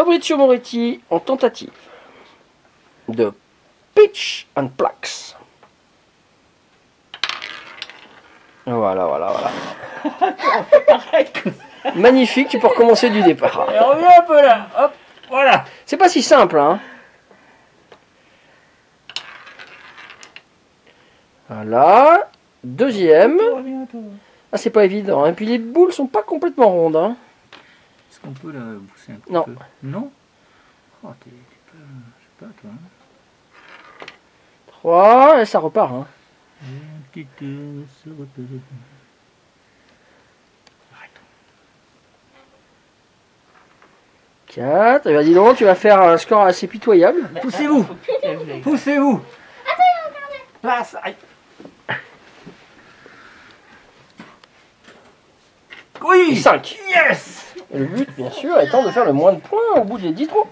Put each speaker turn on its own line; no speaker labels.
Fabrizio Moretti en tentative de pitch and plaques. Voilà, voilà, voilà.
Pareil.
Magnifique, tu peux recommencer du départ.
Et reviens un peu là. Hop, voilà.
C'est pas si simple, hein. Voilà. Deuxième.
Reviens un peu.
Ah, c'est pas évident. hein. Et puis les boules sont pas complètement rondes. hein.
Est-ce qu'on peut la pousser un petit
Non.
peu Non. Oh, t'es t'es pas. Je sais pas, toi. hein.
Trois, et ça repart. hein.
Un petit euh, se reposer. Arrête.
Quatre. Et bien, dis donc, tu vas faire un score assez pitoyable.
Poussez-vous. Poussez-vous. Passe. Aïe.
Et
Oui.
cinq.
Yes.
Et le but, bien sûr, étant de faire le moins de points au bout des dix trous.